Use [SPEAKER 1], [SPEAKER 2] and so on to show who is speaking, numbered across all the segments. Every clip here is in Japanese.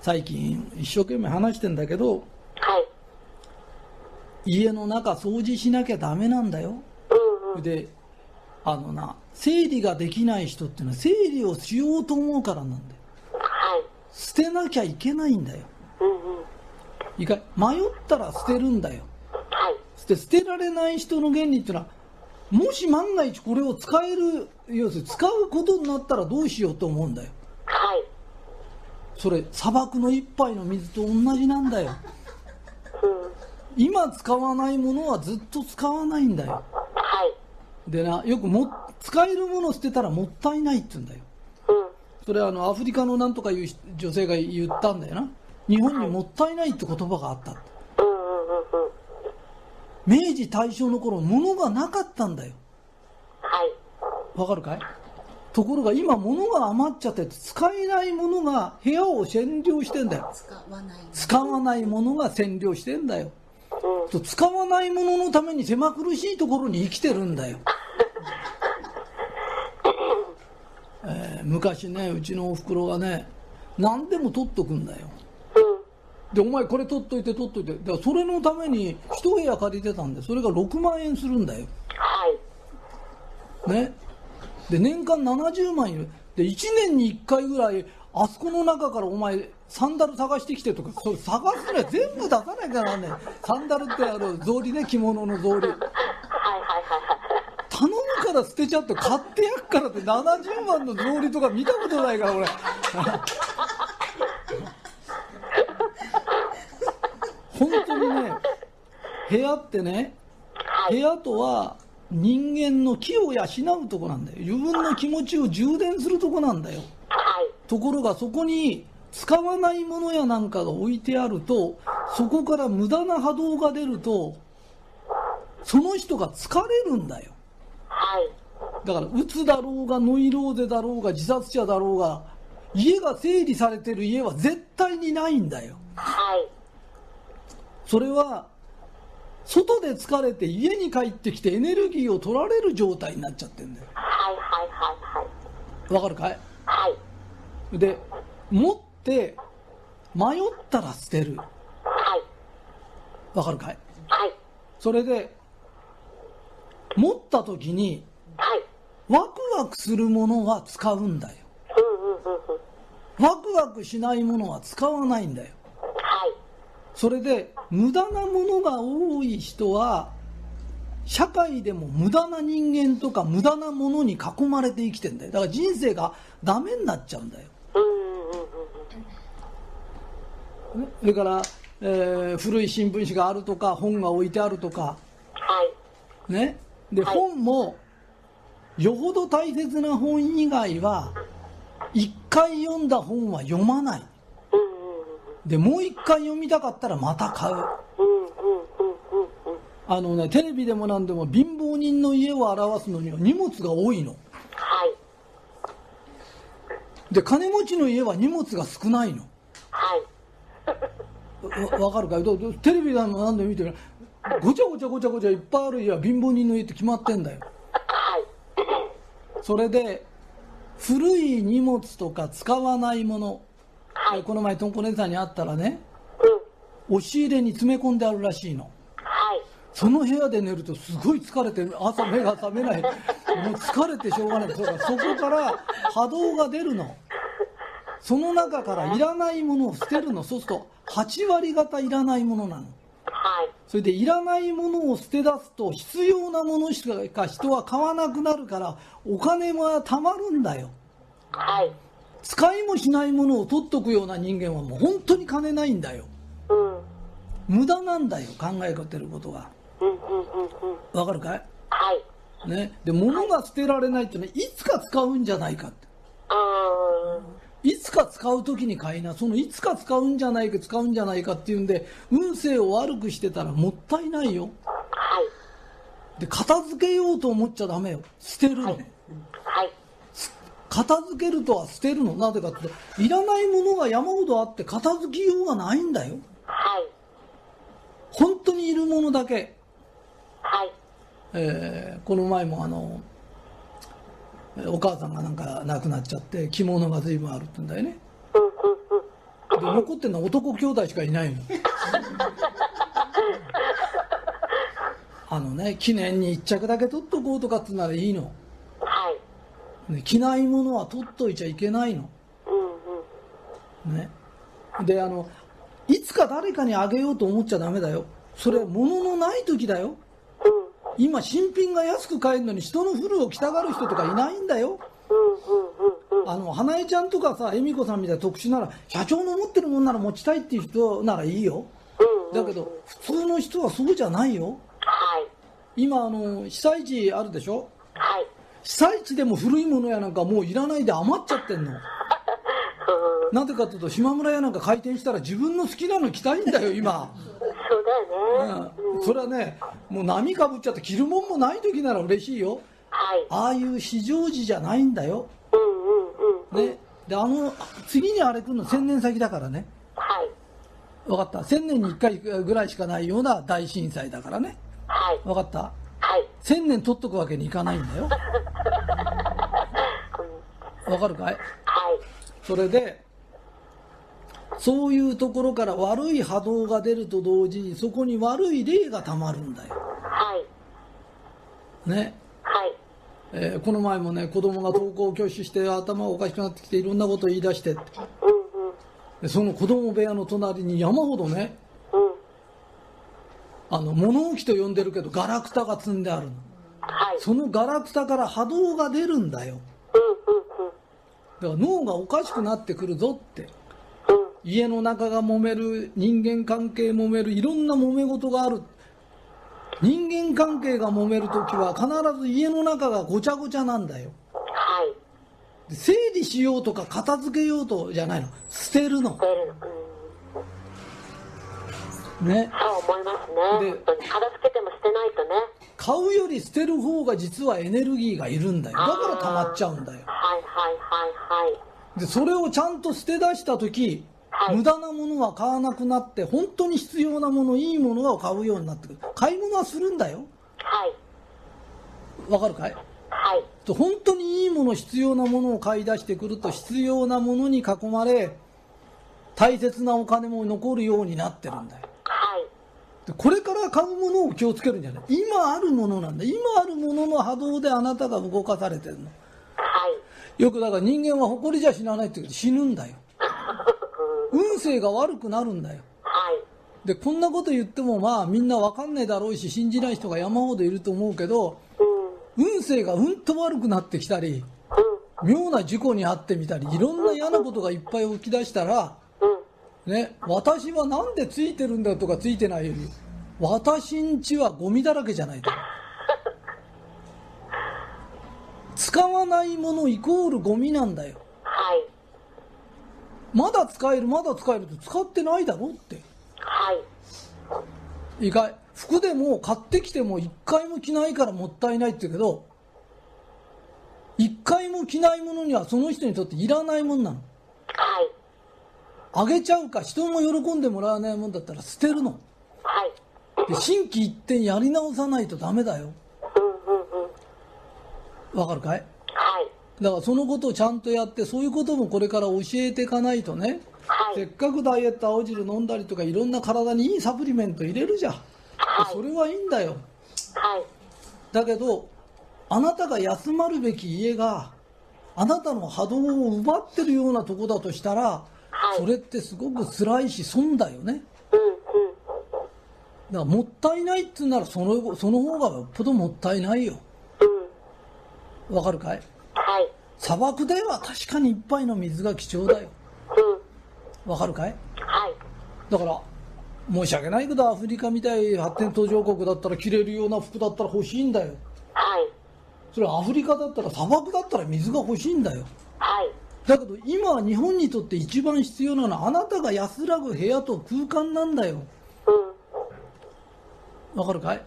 [SPEAKER 1] 最近一生懸命話してんだけど
[SPEAKER 2] はい。
[SPEAKER 1] 家の中掃除しなきゃダメなんだよ
[SPEAKER 2] うんうん。
[SPEAKER 1] であのな整理ができない人っていうのは整理をしようと思うからなんだよ
[SPEAKER 2] はい。
[SPEAKER 1] 捨てなきゃいけないんだよ
[SPEAKER 2] うんうん。
[SPEAKER 1] 一回迷ったら捨てるんだよ
[SPEAKER 2] はい。
[SPEAKER 1] で捨てられない人の原理っていうのはもし万が一これを使える要するに使うことになったらどうしようと思うんだよ
[SPEAKER 2] はい。
[SPEAKER 1] それ砂漠の一杯の水と同じなんだよ
[SPEAKER 2] うん。
[SPEAKER 1] 今使わないものはずっと使わないんだよ
[SPEAKER 2] はい。
[SPEAKER 1] でなよくも使えるものを捨てたらもったいないって言うんだよ
[SPEAKER 2] うん。
[SPEAKER 1] それはあのアフリカのなんとかいう女性が言ったんだよな日本にもったいないって言葉があったって
[SPEAKER 2] うんうんうんうん。
[SPEAKER 1] 明治大正の頃物がなかったんだよ
[SPEAKER 2] はい。
[SPEAKER 1] わかるかいところが今物が余っちゃって使えないものが部屋を占領してんだよ
[SPEAKER 3] 使わない
[SPEAKER 1] 使わないものが占領してんだよ
[SPEAKER 2] うん。
[SPEAKER 1] と使わないもののために狭苦しいところに生きてるん だよ、えー昔ねうちのおふくろがね何でも取っとくんだよ
[SPEAKER 2] うん。
[SPEAKER 1] でお前これ取っといて取っといてだからそれのために一部屋借りてたんでそれが6万円するんだよ
[SPEAKER 2] はい。
[SPEAKER 1] ねで年間70万円で1年に1回ぐらいあそこの中からお前サンダル探してきてとかそれ探すのは全部出さなきゃなんねんサンダルってあの草履ね着物の草履
[SPEAKER 2] はいはいはいはい。
[SPEAKER 1] 頼むから捨てちゃって買ってやっからって70万の草履とか見たことないから俺 本当にね部屋ってね
[SPEAKER 2] は
[SPEAKER 1] 部
[SPEAKER 2] い。
[SPEAKER 1] 屋とは人間の気を養うとこなんだよ自分の気持ちを充電するとこなんだよ
[SPEAKER 2] はい。
[SPEAKER 1] ところがそこに使わないものやなんかが置いてあるとそこから無駄な波動が出るとその人が疲れるんだよ
[SPEAKER 2] はい。
[SPEAKER 1] だから、うつだろうが、ノイローゼだろうが、自殺者だろうが、家が整理されてる家は絶対にないんだよ。
[SPEAKER 2] はい。
[SPEAKER 1] それは、外で疲れて家に帰ってきてエネルギーを取られる状態になっちゃってんだよ。
[SPEAKER 2] はいはいはいはい。
[SPEAKER 1] わかるかい
[SPEAKER 2] はい。
[SPEAKER 1] で、持って、迷ったら捨てる。
[SPEAKER 2] はい。
[SPEAKER 1] わかるかい
[SPEAKER 2] はい。
[SPEAKER 1] それで、持った時に、
[SPEAKER 2] はい。
[SPEAKER 1] ワクワクするものは使うんだよ。
[SPEAKER 2] うんうんうんうん。
[SPEAKER 1] ワクワクしないものは使わないんだよ。
[SPEAKER 2] はい。
[SPEAKER 1] それで無駄なものが多い人は社会でも無駄な人間とか無駄なものに囲まれて生きてんだよだから人生がダメになっちゃうんだよ
[SPEAKER 2] うんうんうんうん。
[SPEAKER 1] ねそれから、えー古い新聞紙があるとか本が置いてあるとか
[SPEAKER 2] はい。
[SPEAKER 1] ねで
[SPEAKER 2] はい
[SPEAKER 1] 本もよほど大切な本以外は一回読んだ本は読まない
[SPEAKER 2] うん
[SPEAKER 1] でもう一回読みたかったらまた買う
[SPEAKER 2] うんうんうんうんうんうん。
[SPEAKER 1] あのね、テレビでも何でも貧乏人の家を表すのには荷物が多いの。
[SPEAKER 2] はい。
[SPEAKER 1] で、金持ちの家は荷物が少ないの。
[SPEAKER 2] はい。
[SPEAKER 1] わわかるかいどどテレビでも何でも見てるごちゃごちゃごちゃごちゃいっぱいある家は貧乏人の家って決まってんだよ。
[SPEAKER 2] はい。
[SPEAKER 1] それで、古い荷物とか使わないもの。
[SPEAKER 2] は
[SPEAKER 1] え
[SPEAKER 2] い。
[SPEAKER 1] この前、とんこ姉さんに会ったらね、
[SPEAKER 2] うん。
[SPEAKER 1] 押し入れに詰め込んであるらしいの。
[SPEAKER 2] はい。
[SPEAKER 1] その部屋で寝るとすごい疲れて朝目が覚めないもう疲れてしょうがないそうだそこから波動が出るのその中からいらないものを捨てるのそうすると8割方いらないものなの
[SPEAKER 2] はい。
[SPEAKER 1] それでいらないものを捨て出すと必要なものしか人は買わなくなるからお金も貯まるんだよ
[SPEAKER 2] はい。
[SPEAKER 1] 使いもしないものを取っとくような人間はもう本当に金ないんだよ
[SPEAKER 2] うん。
[SPEAKER 1] 無駄なんだよ考えてることが
[SPEAKER 2] うんうんうんうん。
[SPEAKER 1] わかるかい
[SPEAKER 2] はい。
[SPEAKER 1] ね、で物が捨てられないっていうのはいつか使うんじゃないかって
[SPEAKER 2] うーん。
[SPEAKER 1] いつか使う時に買いなそのいつか使うんじゃないか使うんじゃないかっていうんで運勢を悪くしてたらもったいないよ
[SPEAKER 2] はい
[SPEAKER 1] で片付けようと思っちゃダメよ捨てるの、
[SPEAKER 2] はい
[SPEAKER 1] 片付けるとは捨てるのなぜかっていらないものが山ほどあって片付きようがないんだよ
[SPEAKER 2] はい
[SPEAKER 1] 本当にいるものだけ、
[SPEAKER 2] はい
[SPEAKER 1] えーこの前もあのえーお母さんがなんか亡くなっちゃって着物が随分あるってんだよね
[SPEAKER 2] うんうんうん
[SPEAKER 1] で残ってるのは男兄弟しかいないのあのね記念に1着だけ取っとこうとかってならいいの、
[SPEAKER 2] はい
[SPEAKER 1] ね、着ないものは取っといちゃいけないの
[SPEAKER 2] うんうん
[SPEAKER 1] ね、であのいつか誰かにあげようと思っちゃダメだよそれは物のない時だよ
[SPEAKER 2] うん
[SPEAKER 1] 今新品が安く買えるのに人の古を着たがる人とかいないんだよ
[SPEAKER 2] うんうんうんうん
[SPEAKER 1] あの花江ちゃんとかさ恵美子さんみたいな特殊なら社長の持ってるもんなら持ちたいっていう人ならいいよ
[SPEAKER 2] うん
[SPEAKER 1] だけど普通の人はそうじゃないよ
[SPEAKER 2] はい
[SPEAKER 1] 今あの被災地あるでしょ
[SPEAKER 2] はい
[SPEAKER 1] 被災地でも古いものやなんかもういらないで余っちゃってんの
[SPEAKER 2] うん
[SPEAKER 1] なぜかというと島村やなんか開店したら自分の好きなの着たいんだよ今
[SPEAKER 2] そうだよね
[SPEAKER 1] うんそれはねもう波かぶっちゃって着るもんもない時なら嬉しいよ
[SPEAKER 2] はい
[SPEAKER 1] ああいう非常時じゃないんだよ、
[SPEAKER 2] うんうんうん
[SPEAKER 1] ね、であの次にあれ来るの千年先だからね
[SPEAKER 2] はい
[SPEAKER 1] 分かった千年に1回ぐらいしかないような大震災だからね
[SPEAKER 2] はい
[SPEAKER 1] 分かった
[SPEAKER 2] はい
[SPEAKER 1] 千年取っとくわけにいかないん だよ分かるかい
[SPEAKER 2] はい
[SPEAKER 1] それでそういうところから悪い波動が出ると同時にそこに悪い霊がたまるんだよ
[SPEAKER 2] はい
[SPEAKER 1] ね
[SPEAKER 2] はい
[SPEAKER 1] えーこの前もね子供が登校を拒否して頭がおかしくなってきていろんなことを言い出して
[SPEAKER 2] うんうん
[SPEAKER 1] でその子供部屋の隣に山ほどね
[SPEAKER 2] うん
[SPEAKER 1] あの物置と呼んでるけどガラクタが積んであるの
[SPEAKER 2] はい
[SPEAKER 1] そのガラクタから波動が出るんだよ
[SPEAKER 2] うんうんうん
[SPEAKER 1] だから脳がおかしくなってくるぞって
[SPEAKER 2] うん
[SPEAKER 1] 家の中が揉める人間関係揉めるいろんな揉め事がある人間関係が揉める時は必ず家の中がごちゃごちゃなんだよ
[SPEAKER 2] はい
[SPEAKER 1] で整理しようとか片付けようとじゃないの捨てるの
[SPEAKER 2] 出るうん
[SPEAKER 1] ね
[SPEAKER 2] そう思います
[SPEAKER 1] で
[SPEAKER 2] ね本当に片付けても捨てないとね
[SPEAKER 1] 買うより捨てる方が実はエネルギーがいるんだよだから溜まっちゃうんだよ
[SPEAKER 2] はいはいはいはい
[SPEAKER 1] でそれをちゃんと捨て出した時、
[SPEAKER 2] はい
[SPEAKER 1] 無駄なものは買わなくなって本当に必要なものいいものを買うようになってくる買い物はするんだよ
[SPEAKER 2] はい
[SPEAKER 1] わかるかい
[SPEAKER 2] はい
[SPEAKER 1] と本当にいいもの必要なものを買い出してくると必要なものに囲まれ大切なお金も残るようになってるんだよ
[SPEAKER 2] はい
[SPEAKER 1] でこれから買うものを気をつけるんじゃない今あるものなんだ今あるものの波動であなたが動かされてるの
[SPEAKER 2] はい
[SPEAKER 1] よくだから人間は誇りじゃ死なないって言うけど死ぬんだよ運勢が悪くなるんだよ
[SPEAKER 2] はい
[SPEAKER 1] でこんなこと言ってもまあみんなわかんないだろうし信じない人が山ほどいると思うけど
[SPEAKER 2] うん
[SPEAKER 1] 運勢がうんと悪くなってきたり
[SPEAKER 2] うん
[SPEAKER 1] 妙な事故に遭ってみたりいろんな嫌なことがいっぱい起き出したら
[SPEAKER 2] うん
[SPEAKER 1] ね私はなんでついてるんだとかついてないより私んちはゴミだらけじゃないと使わないものイコールゴミなんだよ
[SPEAKER 2] はい
[SPEAKER 1] まだ使えるまだ使えると使ってないだろって
[SPEAKER 2] はい
[SPEAKER 1] 意外服でも買ってきても一回も着ないからもったいないって言うけど一回も着ないものにはその人にとっていらないもんなの
[SPEAKER 2] はい
[SPEAKER 1] あげちゃうか人も喜んでもらわないもんだったら捨てるの
[SPEAKER 2] はい
[SPEAKER 1] で心機一転やり直さないとダメだよ
[SPEAKER 2] うんうんうん
[SPEAKER 1] わかるかい
[SPEAKER 2] はい
[SPEAKER 1] だからそのことをちゃんとやってそういうこともこれから教えていかないとね
[SPEAKER 2] はい
[SPEAKER 1] せっかくダイエット青汁飲んだりとかいろんな体にいいサプリメント入れるじゃん
[SPEAKER 2] はい
[SPEAKER 1] それはいいんだよ
[SPEAKER 2] はい
[SPEAKER 1] だけどあなたが休まるべき家があなたの波動を奪ってるようなとこだとしたら
[SPEAKER 2] はい
[SPEAKER 1] それってすごく辛いし損だよね
[SPEAKER 2] うんうん
[SPEAKER 1] だからもったいないって言うならそのその方がよっぽどもったいないよ
[SPEAKER 2] うん
[SPEAKER 1] わかるかい
[SPEAKER 2] はい
[SPEAKER 1] 砂漠では確かに一杯の水が貴重だよ
[SPEAKER 2] うん
[SPEAKER 1] わかるかい
[SPEAKER 2] はい
[SPEAKER 1] だから申し訳ないけどアフリカみたい発展途上国だったら着れるような服だったら欲しいんだよ
[SPEAKER 2] はい
[SPEAKER 1] それはアフリカだったら砂漠だったら水が欲しいんだよ
[SPEAKER 2] はい
[SPEAKER 1] だけど今日本にとって一番必要なのはあなたが安らぐ部屋と空間なんだよ
[SPEAKER 2] うん。
[SPEAKER 1] わかるかい
[SPEAKER 2] はい。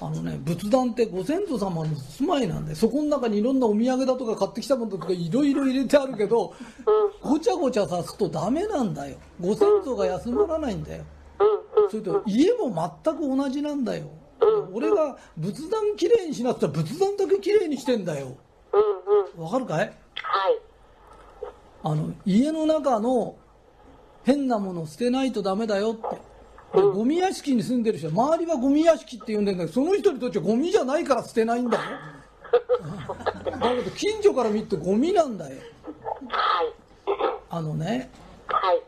[SPEAKER 1] あのね仏壇ってご先祖様の住まいなんでそこの中にいろんなお土産だとか買ってきたものとかいろいろ入れてあるけど
[SPEAKER 2] うん。
[SPEAKER 1] ごちゃごちゃさすとダメなんだよご先祖が休まらないんだよ
[SPEAKER 2] うん。うん。
[SPEAKER 1] それと家も全く同じなんだよ俺が仏壇きれいにしなってたら仏壇だけきれいにしてんだよ
[SPEAKER 2] うん。うん。
[SPEAKER 1] わかるかい
[SPEAKER 2] はい。
[SPEAKER 1] あの家の中の変なものを捨てないとダメだよってでゴミ屋敷に住んでる人は周りはゴミ屋敷って言うんだけどその人にとってはゴミじゃないから捨てないんだよだけど近所から見るとゴミなんだよ
[SPEAKER 2] はい。
[SPEAKER 1] あのね
[SPEAKER 2] はい。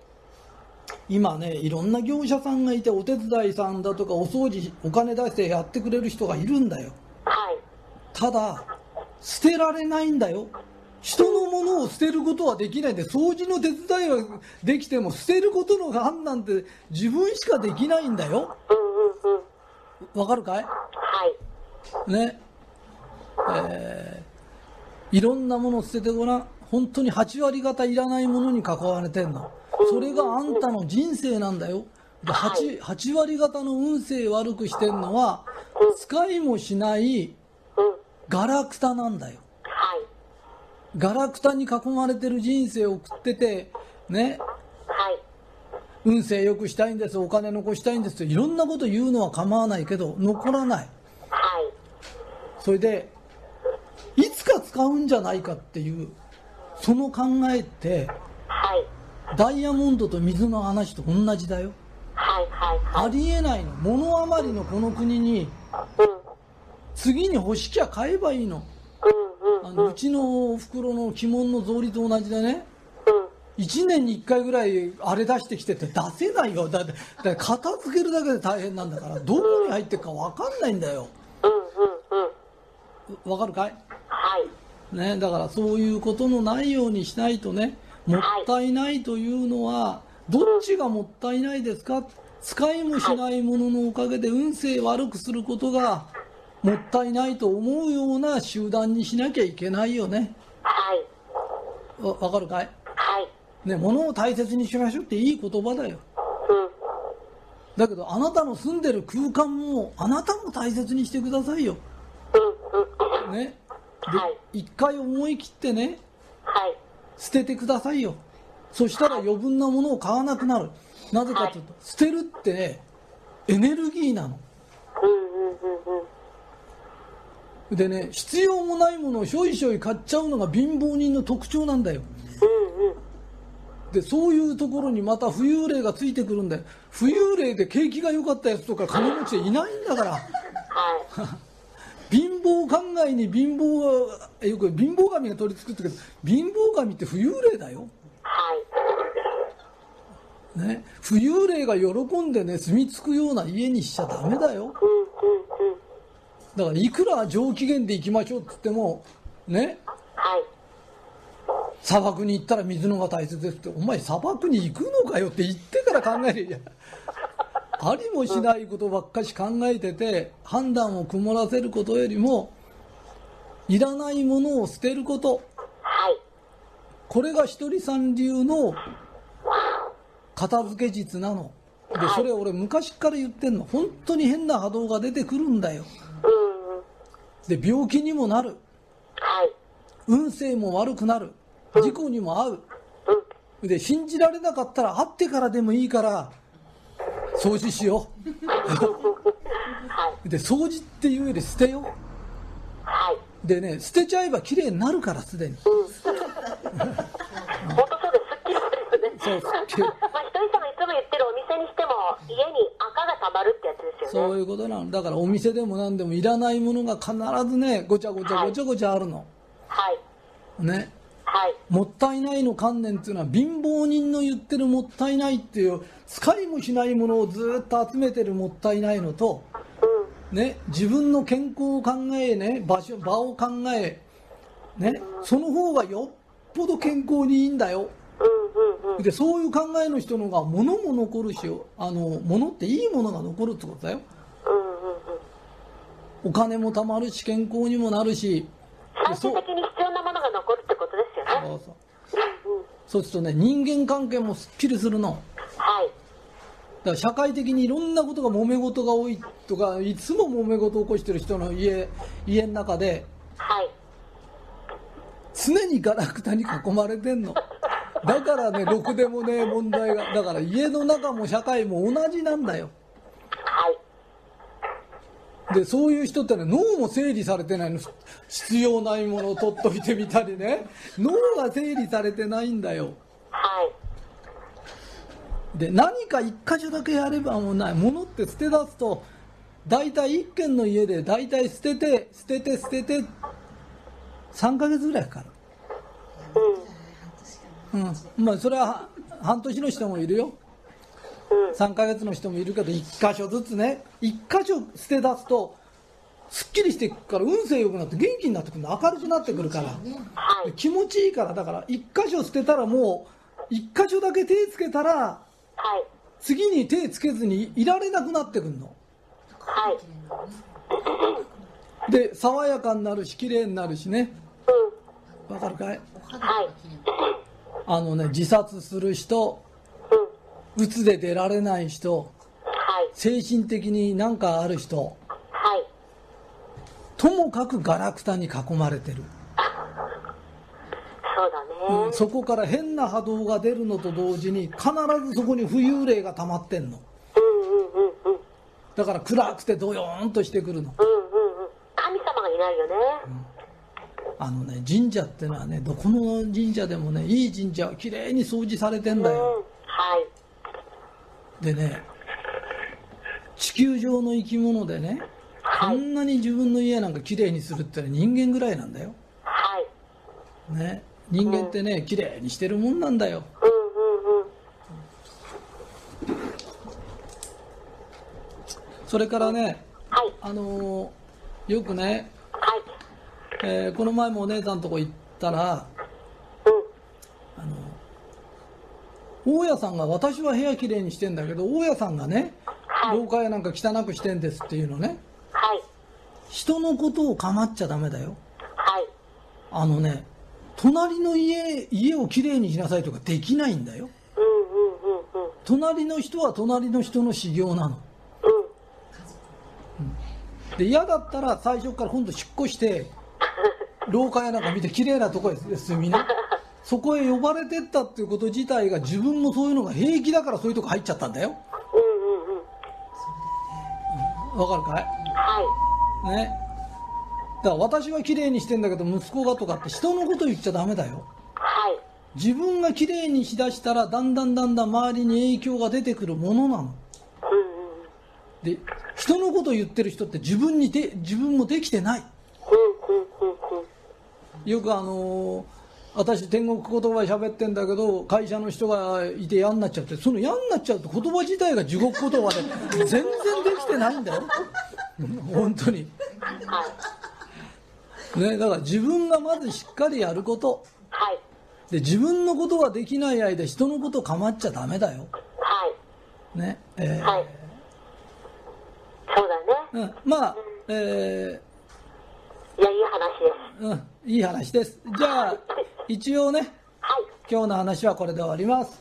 [SPEAKER 1] 今ねいろんな業者さんがいてお手伝いさんだとかお掃除お金出してやってくれる人がいるんだよ
[SPEAKER 2] はい。
[SPEAKER 1] ただ捨てられないんだよ人のものを捨てることはできないんで掃除の手伝いはできても捨てることの判断って自分しかできないんだよ
[SPEAKER 2] うん。うん。うん。
[SPEAKER 1] わかるかい
[SPEAKER 2] はい。
[SPEAKER 1] ねえーいろんなものを捨ててごらん本当に8割方いらないものに囲われてんのそれがあんたの人生なんだよで 8, 8割方の運勢悪くしてんのは使いもしない
[SPEAKER 2] うん。
[SPEAKER 1] ガラクタなんだよ
[SPEAKER 2] はい。
[SPEAKER 1] ガラクタに囲まれてる人生を送っててね
[SPEAKER 2] はい。
[SPEAKER 1] 運勢良くしたいんですお金残したいんですといろんなこと言うのは構わないけど残らない
[SPEAKER 2] はい。
[SPEAKER 1] それでいつか使うんじゃないかっていうその考えって
[SPEAKER 2] はい。
[SPEAKER 1] ダイヤモンドと水の話と同じだよ
[SPEAKER 2] はい。はい。
[SPEAKER 1] ありえないの物余りのこの国に
[SPEAKER 2] うん。
[SPEAKER 1] 次に欲しきゃ買えばいいの
[SPEAKER 2] うん。うん。
[SPEAKER 1] あ
[SPEAKER 2] うん。
[SPEAKER 1] のうちのお袋の鬼門の草履と同じでね1年に1回ぐらいあれ出してきてって出せないよだってだって片付けるだけで大変なんだからどこに入ってるか分かんないんだよ
[SPEAKER 2] うん。うん。うん。
[SPEAKER 1] 分かるかい
[SPEAKER 2] はい。
[SPEAKER 1] ね、だからそういうことのないようにしないとねもったいないというのはどっちがもったいないですか使いもしないもののおかげで運勢悪くすることがもったいないと思うような集団にしなきゃいけないよね
[SPEAKER 2] はい。
[SPEAKER 1] わわかるかい
[SPEAKER 2] はい。
[SPEAKER 1] ね物を大切にしましょうっていい言葉だよ
[SPEAKER 2] うん。
[SPEAKER 1] だけどあなたの住んでる空間もあなたも大切にしてくださいよ
[SPEAKER 2] うん。うん。
[SPEAKER 1] ね
[SPEAKER 2] はい。
[SPEAKER 1] 一回思い切ってね
[SPEAKER 2] はい。
[SPEAKER 1] 捨ててくださいよそしたら余分なものを買わなくなるなぜかというと捨てるってねエネルギーなの
[SPEAKER 2] うん。うん。うん。うん。
[SPEAKER 1] でね必要もないものをしょいしょい買っちゃうのが貧乏人の特徴なんだよ
[SPEAKER 2] うん。うん。
[SPEAKER 1] でそういうところにまた浮遊霊がついてくるんだよ浮遊霊で景気が良かったやつとか金持ちいないんだから
[SPEAKER 2] はい。
[SPEAKER 1] 貧乏考えに貧乏がえよく貧乏神が取り付くってけど貧乏神って浮遊霊だよ
[SPEAKER 2] はい。
[SPEAKER 1] ね、浮遊霊が喜んでね住み着くような家にしちゃダメだよ
[SPEAKER 2] うんうんうん。
[SPEAKER 1] だからいくら上機嫌で行きましょうって言ってもね
[SPEAKER 2] はい。
[SPEAKER 1] 砂漠に行ったら水のが大切ですってお前砂漠に行くのかよって言ってから考えりゃいいありもしないことばっかし考えてて判断を曇らせることよりもいらないものを捨てること
[SPEAKER 2] はい。
[SPEAKER 1] これがひとりさん流の片付け術なの。で、それ俺昔から言ってんの。本当に変な波動が出てくるんだよ。
[SPEAKER 2] うんうん。
[SPEAKER 1] で、病気にもなる。
[SPEAKER 2] はい。
[SPEAKER 1] 運勢も悪くなる。事故にも遭
[SPEAKER 2] うん。
[SPEAKER 1] う。で、信じられなかったら会ってからでもいいから、掃除しよ
[SPEAKER 2] は
[SPEAKER 1] う。
[SPEAKER 2] い。
[SPEAKER 1] で、掃除っていうより捨てよう。
[SPEAKER 2] はい。
[SPEAKER 1] でね、捨てちゃえば綺麗になるから、すでに。そうすっきり
[SPEAKER 2] 本当そうです。すっきりしてるよね。まあ、ひとりさんがいつも言ってるお店にしても、家に赤がたまるってやつですよ
[SPEAKER 1] そ
[SPEAKER 2] ね。
[SPEAKER 1] ういうことなの。だからお店でも何でもいらないものが必ずね、ごちゃごちゃごちゃごちゃあるの。
[SPEAKER 2] はい。
[SPEAKER 1] ね。
[SPEAKER 2] はい。
[SPEAKER 1] もったいないの観念っていうのは貧乏人の言ってるもったいないっていう使いもしないものをずーっと集めてるもったいないのと、
[SPEAKER 2] うん。
[SPEAKER 1] ね、自分の健康を考えね場所場を考え、ね、その方がよっぽど健康にいいんだよ
[SPEAKER 2] うんうんうん。
[SPEAKER 1] でそういう考えの人の方が物も残るしあの物っていいものが残るってことだよ
[SPEAKER 2] うんうんうん。
[SPEAKER 1] お金も貯まるし健康にもなるし
[SPEAKER 2] 最終的に必要なものが残るってことですよね。
[SPEAKER 1] そうそうそうするとね人間関係もすっきりするの
[SPEAKER 2] はい
[SPEAKER 1] だから社会的にいろんなことが揉め事が多いとかいつも揉め事を起こしてる人の家家の中で
[SPEAKER 2] はい
[SPEAKER 1] 常にガラクタに囲まれてんのだからねろくでもねえ問題がだから家の中も社会も同じなんだよ
[SPEAKER 2] はい
[SPEAKER 1] でそういう人ってね脳も整理されてないのふ必要ないものを取っといてみたりね脳が整理されてないんだよ
[SPEAKER 2] はい
[SPEAKER 1] で何か一箇所だけやればもうない物って捨て出すと大体一軒の家で大体捨てて捨てて捨てて3ヶ月ぐらいかかるうんまあそれは半年の人もいるよ3ヶ月の人もいるけど1箇所ずつね1箇所捨て出すとすっきりしていくから運勢良くなって元気になってくるの明るくなってくるから
[SPEAKER 2] はい
[SPEAKER 1] 気持ちいいからだから1箇所捨てたらもう1箇所だけ手つけたら
[SPEAKER 2] はい
[SPEAKER 1] 次に手つけずにいられなくなってくるの
[SPEAKER 2] はい
[SPEAKER 1] で爽やかになるし綺麗になるしね
[SPEAKER 2] うん
[SPEAKER 1] わかるかい
[SPEAKER 2] はい
[SPEAKER 1] あのね自殺する人
[SPEAKER 2] うん
[SPEAKER 1] うつで出られない人
[SPEAKER 2] はい
[SPEAKER 1] 精神的になんかある人
[SPEAKER 2] はい
[SPEAKER 1] ともかくガラクタに囲まれてる、
[SPEAKER 2] そうだね
[SPEAKER 1] うんそこから変な波動が出るのと同時に必ずそこに浮遊霊が溜まってんの
[SPEAKER 2] うんうんうんうん
[SPEAKER 1] だから暗くてドヨーンとしてくるの
[SPEAKER 2] うんうんうん神様がいないよね
[SPEAKER 1] あのね神社ってのはねどこの神社でもねいい神社は綺麗に掃除されてんだ
[SPEAKER 2] う
[SPEAKER 1] よ、
[SPEAKER 2] んはい
[SPEAKER 1] でね地球上の生き物でねこ
[SPEAKER 2] はい
[SPEAKER 1] んなに自分の家なんか綺麗にするってのは人間ぐらいなんだよ、
[SPEAKER 2] はい
[SPEAKER 1] ね、人間ってね綺麗にしてるもんなんだよ
[SPEAKER 2] うんうんうん
[SPEAKER 1] それからね
[SPEAKER 2] はい
[SPEAKER 1] あのーよくね、
[SPEAKER 2] はい
[SPEAKER 1] えーこの前もお姉さんとこ行ったら
[SPEAKER 2] うん
[SPEAKER 1] あの大家さんが私は部屋綺麗にしてんだけど大家さんがね
[SPEAKER 2] はい
[SPEAKER 1] 廊下やなんか汚くしてんですっていうのね
[SPEAKER 2] はい
[SPEAKER 1] 人のことを構っちゃダメだよ
[SPEAKER 2] はい
[SPEAKER 1] あのね隣の家家をきれいにしなさいとかできないんだよ
[SPEAKER 2] うんうんうんうん
[SPEAKER 1] 隣の人は隣の人の修行なの
[SPEAKER 2] うん
[SPEAKER 1] で嫌だったら最初から今度引っ越 して廊下やなんか見て綺麗なとこへ住みなそこへ呼ばれてったっていうこと自体が自分もそういうのが平気だからそういうとこ入っちゃったんだよ
[SPEAKER 2] うんうんうん
[SPEAKER 1] わかるかい
[SPEAKER 2] はい
[SPEAKER 1] ねだから私は綺麗にしてんだけど息子がとかって人のこと言っちゃダメだよ
[SPEAKER 2] はい
[SPEAKER 1] 自分が綺麗にしだしたらだんだんだんだん周りに影響が出てくるものなの
[SPEAKER 2] うんうんうん
[SPEAKER 1] で人のこと言ってる人って自分にで自分もできてない
[SPEAKER 2] うんうんうんうん
[SPEAKER 1] よくあのー私天国言葉喋ってんだけど会社の人がいて嫌になっちゃってその嫌になっちゃうと言葉自体が地獄言葉で全然できてないんだよ本当に
[SPEAKER 2] はい
[SPEAKER 1] ねだから自分がまずしっかりやること
[SPEAKER 2] はい
[SPEAKER 1] で自分のことができない間人のこと構っちゃダメだよ
[SPEAKER 2] はい
[SPEAKER 1] ねえー
[SPEAKER 2] はいそうだね
[SPEAKER 1] うん、まあえ
[SPEAKER 2] いやいい話です
[SPEAKER 1] ーうんいい話ですじゃあ一応ね
[SPEAKER 2] はい
[SPEAKER 1] 今日の話はこれで終わります